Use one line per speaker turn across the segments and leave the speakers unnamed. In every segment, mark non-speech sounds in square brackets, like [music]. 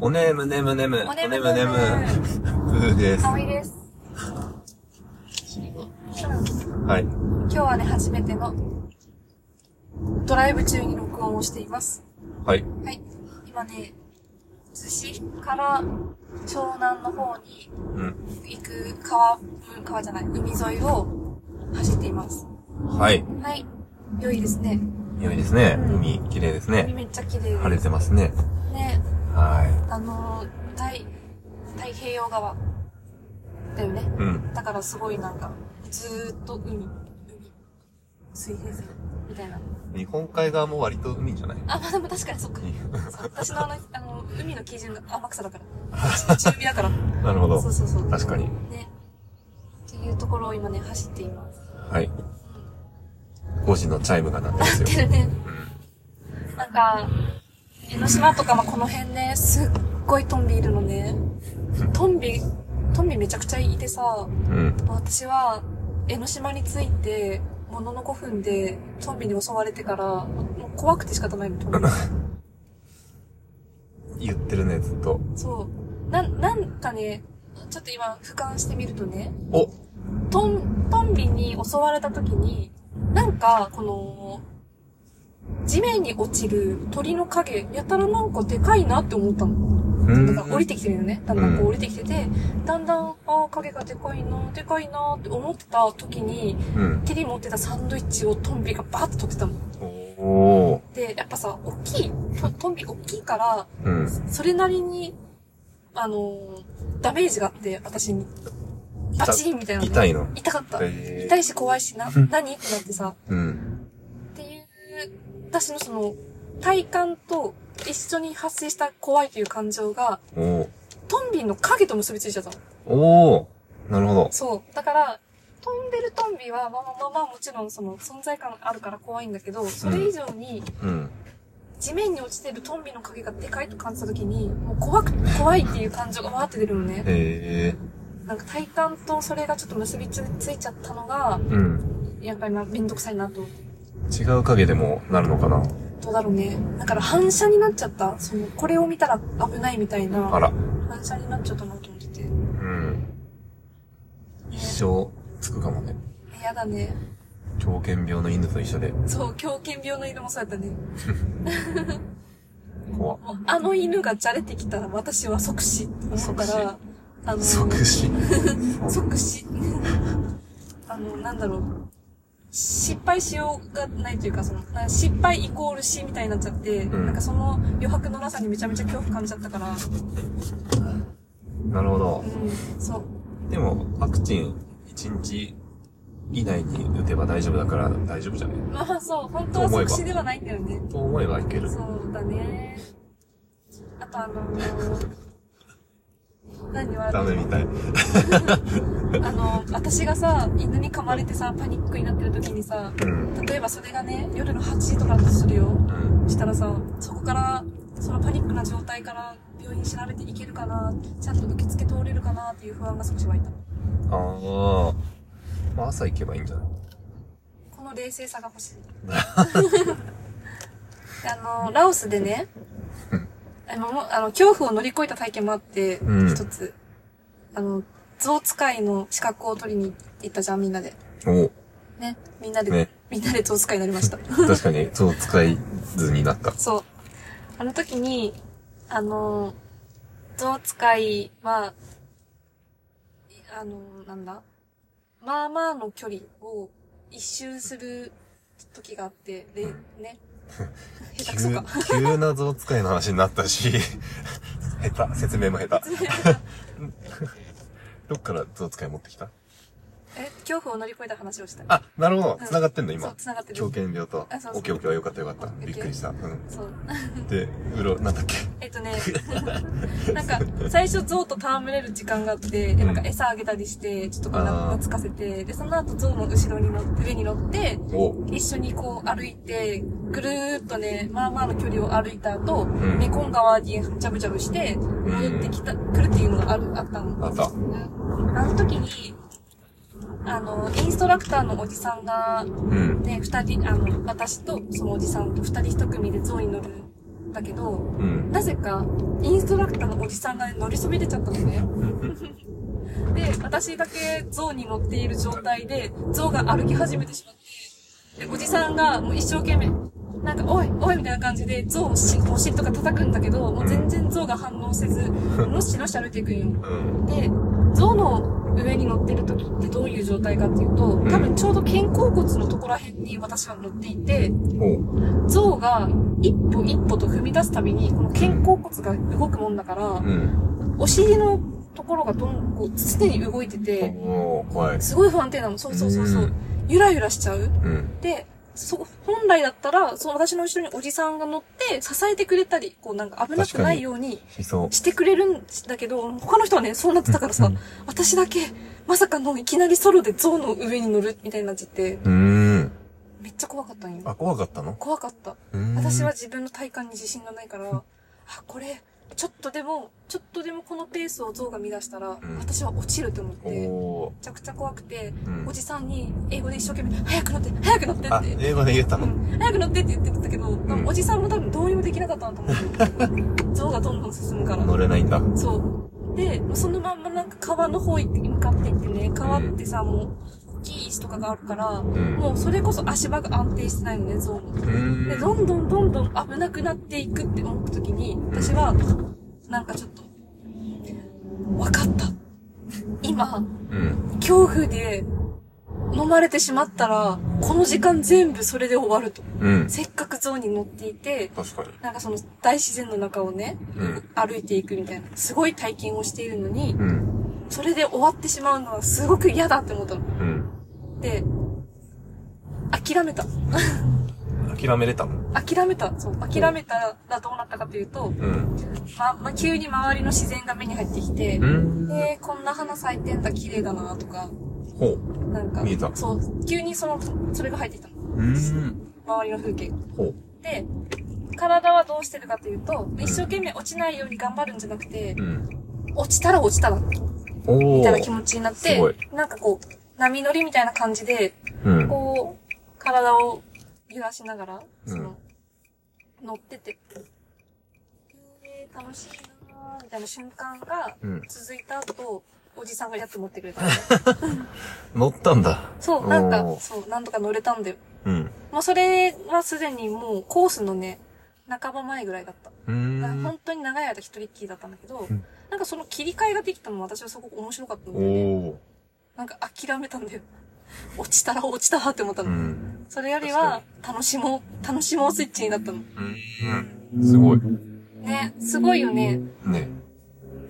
おねむねむねむ。
おねむねむ
おねむねむ。ふうです。
かおりです。
はい。
今日はね、初めてのドライブ中に録音をしています。
はい。
はい。今ね、逗子から湘南の方に
うん。
行く川、うん川じゃない、海沿いを走っています。
はい。
はい。良いですね。
良いですね。
うん
海、綺麗です
海
ね。
めっちゃ綺麗
晴れてますね。
ね。
は
あのー、太、太平洋側だよね。
い。うん。
だからすごいなんか、ずーっと海、海、水平線みたいな。
日本海側も割と海じゃない [laughs]
あ、まあでも確かにそっか。そう私のあの、あの、海の基準が天草だ [laughs] から。中火だから。
なるほ
そ
ど
う。そうそう。
確かに。
ね。っていうところを今ね、走っています。
はい。5時のチャイムが鳴ってますよ。
てるね。なんか、江ノ島とかもこの辺ね、すっごいトンビいるのね。トンビ、トンビめちゃくちゃいてさ、
うん。
私は江ノ島に着いて、ものの5分でトンビに襲われてから、もう怖くて仕方ないの、トンビ。
[laughs] 言ってるね、ずっと。
そう。なん、なんかね、ちょっと今、俯瞰してみるとね、
お
トン、トンビに襲われた時に、なんか、この、地面に落ちる鳥の影、やたらなんかでかいなって思ったの。
う
だから降り
ん。
てきてるよね。だんだんこ
う
うん降りてきてて、だんだん、ああ、影がでかいな、でかいなって思ってた時に、
うん。
手に持ってたサンドイッチをトンビがバーッと取ってたの。
おー。
で、やっぱさ、大きい、トトンビ大きいから、
うん。
それなりに、あのーダメージがあって、私に。バチンみたいなのね
痛いの。
痛かった。
えー
痛いし怖いしな、何ってなってさ。
うん。
っていう、私のその、体感と一緒に発生した怖いという感情が、
おー。
トンビの影と結びついちゃったの。
おー。なるほど。
そう。だから、飛んでるトンビは、まあまあまあまあもちろんその存在感あるから怖いんだけど、それ以上に
うん。
地面に落ちてるトンビの影がでかいと感じた時に、もう怖く、怖いっていう感情がわーって出るのね。
へえ。
なんか体感とそれがちょっと結びつついちゃったのが、
うん。
やっぱりまあめんどくさいなと思って。
違う影でもなるのかな
どうだろうね。だから反射になっちゃった。その、これを見たら危ないみたい
あ
な
ら。
反射になっちゃったなと思ってて。
うん。一生つくかもね。
嫌だね。
狂犬病の犬と一緒で。
そう、狂犬病の犬もそうやったね。
怖っ。
もうあの犬がじゃれてきたら私は即死って思った
即
ら、あの、
即死。
即死。あの、なんだろう。失敗しようがないというか、その、な失敗イコール死みたいになっちゃって、
ん
なんかその余白のなさにめちゃめちゃ恐怖感じちゃったから、
なるほど。
うん、そう。
でも、ワクチン1日以内に打てば大丈夫だから大丈夫じゃね
まあそう、本当は
思え
即
ば
死ではないんだよね。
と思えばいける。
そうだね。あとあのー、何は
ダメみたい。
あのー、私がさ、犬に噛まれてさ、パニックになってる時にさ、
うん。
例えばそれがね、夜の8時とかだとするよ。
うん。
したらさ、そこから、そのパニックな状態から病院調べていけるかな、ちゃんと受付通れるかなっていう不安が少し
[laughs]
湧いた。
ああ。まあ朝行けばいいんじゃない
この冷静さが欲しい。あの、ラオス
[laughs]
でね、あの、もあの恐怖を乗り越えた体験もあって、一、
うん
つ。あの、象使いの資格を取りに行ったじゃん、みんなで。
お
ね。みんなで、
ね。
みんなで象使いになりました。
確かに、そう使いずになった。
そう。あの時に、あの、象使いは、あの、なんだまあまあの距離を一周する時があって、で、
[laughs]
ね。下手くそ
急
か。、
急な象使いの話になったし、 [laughs] 下手、説明も下手。 [laughs] どっから象使い持ってきた
え、恐怖を乗り越えた話をしたい。
あ、なるほど
うん
繋がってんの
そう、
今。
繋がってる。
狂犬病と
あそう。そう
オッケーオッケー、よかったよかった
オッ。ケー
びっくりした。うん。
そう。
で、うろ、なんだっけ。
えっとね、 [laughs] なんか、最初象と戯れる時間があって、で、なんか餌あげたりして、ちょっとこう、
あー
懐かせて、で、その後象の後ろに乗って、上に乗って、
お
一緒にこう歩いて、ぐるーっとね、まあまあの距離を歩いた後、
ん
メコン川にジャブジャブして、戻ってきた、来るっていうのがある、あったの。
あった。
うんあの時に、あの、インストラクターのおじさんが、
うん。
ね、二人、あの、私とそのおじさんと二人一組で象に乗るだけど、
うん。
なぜか、インストラクターのおじさんが乗りそびれちゃったのね。で、私だけ象に乗っている状態で、象が歩き始めてしまって、で、おじさんがもう一生懸命、なんか、おい、おいみたいな感じで、象をしお尻とか叩くんだけど、もう全然象が反応せず、のしのし歩いていくんよ。
うん。
で、象の上に乗ってる時ってどういう状態かっていうと、多分ちょうど肩甲骨のところら辺に私は乗っていて、
おう。
象が一歩一歩と踏み出すたびに、この肩甲骨が動くもんだから、
うん。
お尻のところがどん、こう、常に動いてて、
おー、怖い。
すごい不安定なの。そうそうそうそう。ゆらゆらしちゃう。
うん。
で、そ、本来だったら、そう、私の後ろにおじさんが乗って、支えてくれたり、こう、なんか危なくないように
しそう。
してくれるんだけど、他の人はね、そうなってたからさ、私だけ、まさかのいきなりソロで象の上に乗るみたいになっちゃって、
うーん。
めっちゃ怖かったんよ。
あ、怖かったの
怖かった。
うーん
私は。自分の体感に自信がないから、あ、これ、ちょっとでも、ちょっとでもこのペースを象が乱したら、
ん
私は落ちると思って、め
おー。
ちゃくちゃ怖くて、
うん
おじさんに英語で一生懸命、早く乗って、早く乗って
あ
っ、て。
英語で言えた
う
の
ん、早く乗ってって言ってたけど、多分おじさんも多分どうにもできなかったなと思って。
[laughs]
象がどんどん進むから。
乗れないんだ。
そう。で、そのまんまなんか川の方に向かっていってね、川ってさ、もう、大きい石とかがあるから、
ん
もうそれこそ足場が安定してないのね、ゾウの。
うーん。
で、どんどんどんどん危なくなっていくって思った時に、私は、なんかちょっと、わかった。今、
うん。
恐怖で飲まれてしまったら、この時間全部それで終わると。
うん。
せっかくゾウに乗っていて、
確かに。
なんかその大自然の中をね、
うん。
歩いていくみたいな、すごい体験をしているのに、
うん。
それで終わってしまうのはすごく嫌だって思ったの。
うん。
で、諦めた。
諦めれたの
諦めた。そう、諦めたらどうなったかというと、
うん。
ま、ま、急に周りの自然が目に入ってきて
う、ん。
えー、こんな花咲いてんだ、綺麗だなとか、
ほう。
なんか、
見えた
そう、急にその、それが入ってきたの。
うーん。
周りの風景が。
ほう。
で、体はどうしてるかというと、一生懸命落ちないように頑張るんじゃなくて
う、ん。
落ちたら落ちたら、
お
みたいな気
ー。
持ちになっ
すごい
て、なんかこう、波乗りみたいな感じで、
うん。
こう、体を揺らしながら、その、乗ってて、えー、楽しいなーみたいな瞬間が
うん
続いた後、おじさんがやっと持って
[laughs]
くれた。
乗ったんだ。
そう、なん
お
か、
ー
そう、なんとか乗れたんだよ。
うん。
もうそれはすでにもうコースのね、半ば前ぐらいだった。
うー
だから
ん。
本当に長い間一人っきりだったんだけど、
ん
なんかその切り替えができたのも私はすごく面白かったん
お
だよね。
ー。
なんか諦めたんだよ。 [laughs] 落ちたら落ちたらって思った
う
の。
ん。
それよりは、楽しもう、楽しもうスイッチになったの。
うん。すごい。
ね、すごいよね。
ね。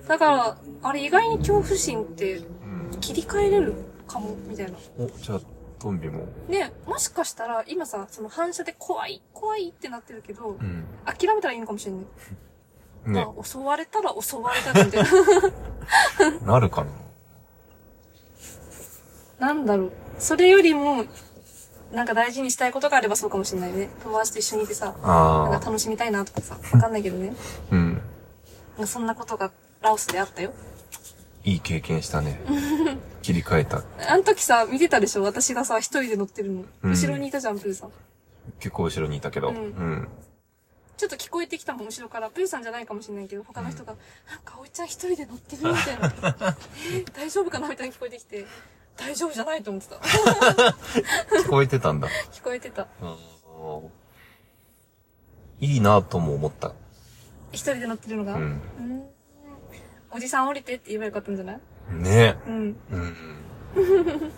だから、あれ意外に恐怖心って
うん。
切り替えれるかも、みたいな。
お、じゃあ、トンビも。
ね、もしかしたら今さ、その反射で怖い、怖いってなってるけど
う、ん。
諦めたらいいのかもしれない。
ね。
あ襲われたら襲われたらみたいな。
なるかな
なんだろう。それよりも、なんか大事にしたいことがあればそうかもしれないね。友達と一緒にいてさ、なん
あ
か楽しみたいなとかさ、わかんないけどね。
ー。うん。
まあそんなことがラオスであったよ。
いい経験したね。切り替えた。
あの時さ、見てたでしょ私がさ、一人で乗ってるの。
うん
後ろにいたじゃん、プーさん。
結構後ろにいたけど。う
うん
ん。
ちょっと聞こえてきたもん、後ろから。プーさんじゃないかもしれないけど、他の人が、なんか、おいちゃん一人で乗ってるみたいな。
[laughs]
えー大丈夫かなみたいな聞こえてきて、大丈夫じゃないと思ってた。
聞こえてたんだ。
聞こえてた。
あーいいなとも思った。
一人で乗ってるのが。
う。
うんーん。おじさん降りてって言えばよかったんじゃない
ね。
うん。
うん。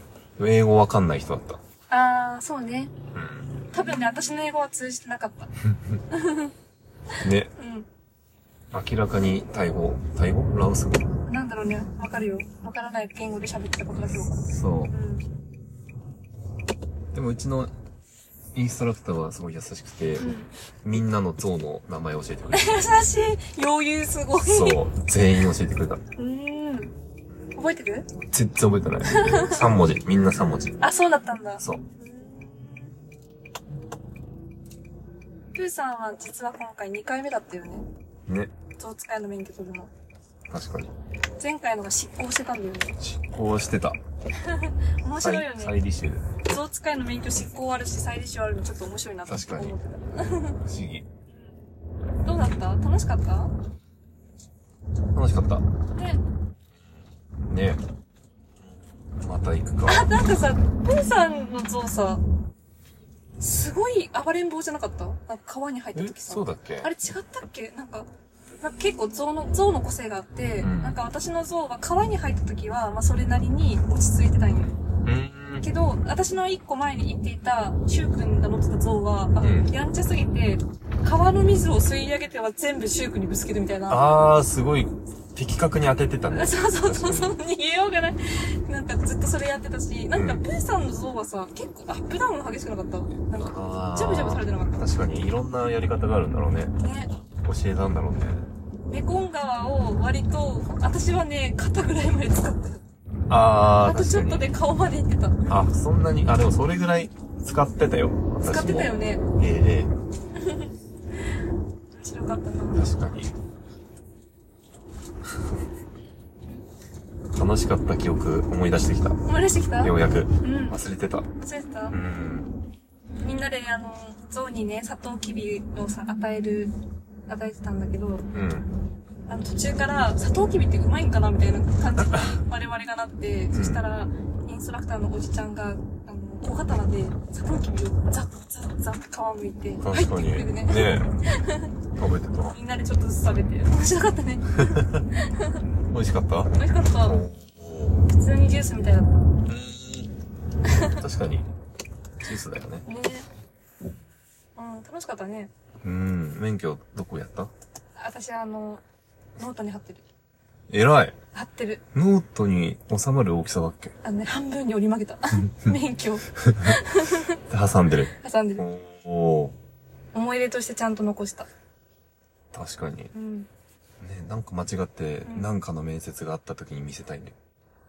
英語わかんない人だった。
あー、そうね。多分ね、私の英語は通じてなかった。
ね。
うん。
明らかにタイ語。タイ語ラオス語
なんだろうね。わかるよ。わからない言語で喋ってたことだけど。
そう
う。ん。 [laughs]
でもうちのインストラクターはすごい優しくて、みんなの像の名前を教えてくれた。
優しい。余裕すごい。
そう。全員教えてくれた。
うーん。覚えてる
全然覚えてない。3文字。みんな3文字。
あ、そうだったんだ。
そう。
プーさんは実は今回2回目だったよね。
ね。
象使いの免許取るの。
確かに。
前回のが失効してたんだよね。
執行してた。
面白いよ
再再
ね。
利してる。
象使いの免許執行あるし、再履修あるのちょっと面白いなって
確かに
思ってた。
不思議。
どうだった楽しかった
楽しかった。
ね。
ねえ。また行くか。
あ、なんかさ、プーさんの像さ、すごい暴れん坊じゃなかったなんか川に入った
え、
時さ。
そうだっけ
あれ違ったっけなんか、なんか結構象の、象の個性があって、
うん
なんか私の象は川に入った時は、まあそれなりに落ち着いてたんよ。
うーん。
けど、私の一個前に行っていた、シュウ君が乗ってた象は、あ
うん
やんちゃすぎて、川の水を吸い上げては全部シュウ君にぶつけるみたいな。
あー、すごい、的確に当ててたね。
[laughs] そうそうそうそう、逃げようがない。なんかずっとそれやってたし、なんか
うん
プーさんの像はさ、結構アップダウンが激しくなかった。なんか、
あー
ジャブジャブされてなかった。
確かに、いろんなやり方があるんだろうね。
ね。
教えたんだろうね。
メコン川を割と、私はね、肩ぐらいまで使った。
あ
あ
ー、
と
確
ち
か
ょっ
に
と。で顔まで行ってた。
あ、そんなに、あ、でもそれぐらい使ってたよ。私も
使ってたよ。ね。
えええ
面白かったな。
え確かに。 [laughs] 楽しかった記憶思い出してきた。
思い出してきたう
よ
ん。
うやく。
忘
忘れてた。
れてた
うん。
みんなで、あの、象にね、砂糖きびをさ、与える、与えてたんだけど、
うん。
あの、途中から、砂糖きびってうまいんかなみたいな感じ
[laughs]
に我々がなって、そしたら、インストラクターのおじちゃんが、あの、小刀で砂糖きびをザッザッザッ皮むいて、入
確
って
か
く
に。
れる
ね
ね。
え。食べてた。
みんなでちょっとずつ食べて、面白かったね。
美味しかった
美味しかった。普通にジュースみたいだった。
確かに。ジュースだよね。
ね。うん、楽しかったね。
うん。免許どこやった
私、あの、ノートに貼ってる。
偉い。
貼ってる。
ノートに収まる大きさだっけ
あのね、半分に折り曲げ
[laughs]
た。免許を
挟んでる。
挟んでる。
おお
思い入れとしてちゃんと残した。
ー。確かに。ね、
うん。
なんか間違って、
ん
なんかの面接があった時に見せたいね。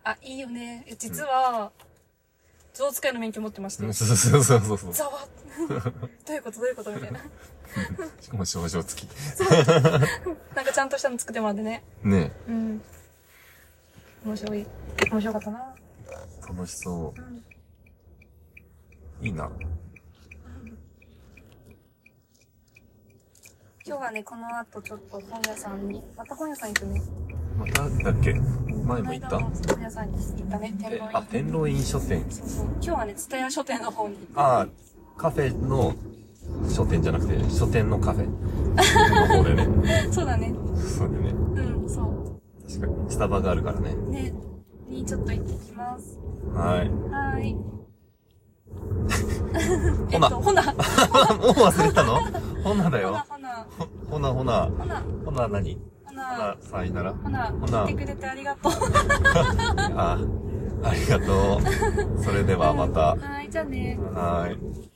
あ、いいよね。いや実は、象使いの免許持ってまして
そう。そうそうそうそう。
ざわ [laughs] っどういうことどういうことみたいな。
しかも症状付き。
なんかちゃんとしたの作ってもらってね。
ね
うん。面白い。面白かったな。
え楽しそ
うん。
う。いいな。
今日はね、この後ちょっと本屋さんに、また本屋さん行くね。
また、だっけ前も行った
この間も本屋さんに行ったね。天
え
童院
あ、天狼飲書店。
そうそう。今日はね、蔦屋書店の方に。
ああ、カフェの書店じゃなくて、書店のカフェ。の方だよね。
そうだね。
そうだよね。
うん、そ
確かに。スタバがあるからね。
う。ね。にちょっと行ってきます。
はい。 [laughs]
はーい。
ほ
えっ [laughs]
な
と、ほな。ほ
もう忘れたのほなだ
な、
よ。
ほな。
ほなほな。
ほな、
ほな何
ほ
ほな
な。、
さいなら。
ほな、
ほな
来てくれてありがとう。
あ、ありがとう。それではまた。
はい、じゃあね。
はーい。